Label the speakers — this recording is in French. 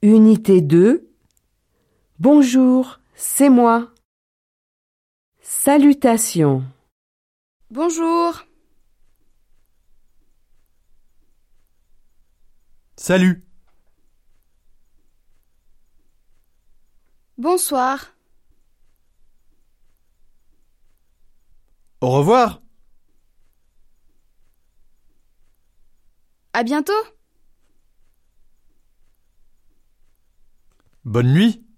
Speaker 1: Unité 2 Bonjour, c'est moi. Salutations.
Speaker 2: Bonjour,
Speaker 3: Salut,
Speaker 2: bonsoir,
Speaker 3: au revoir,
Speaker 2: à bientôt.
Speaker 3: bonne nuit.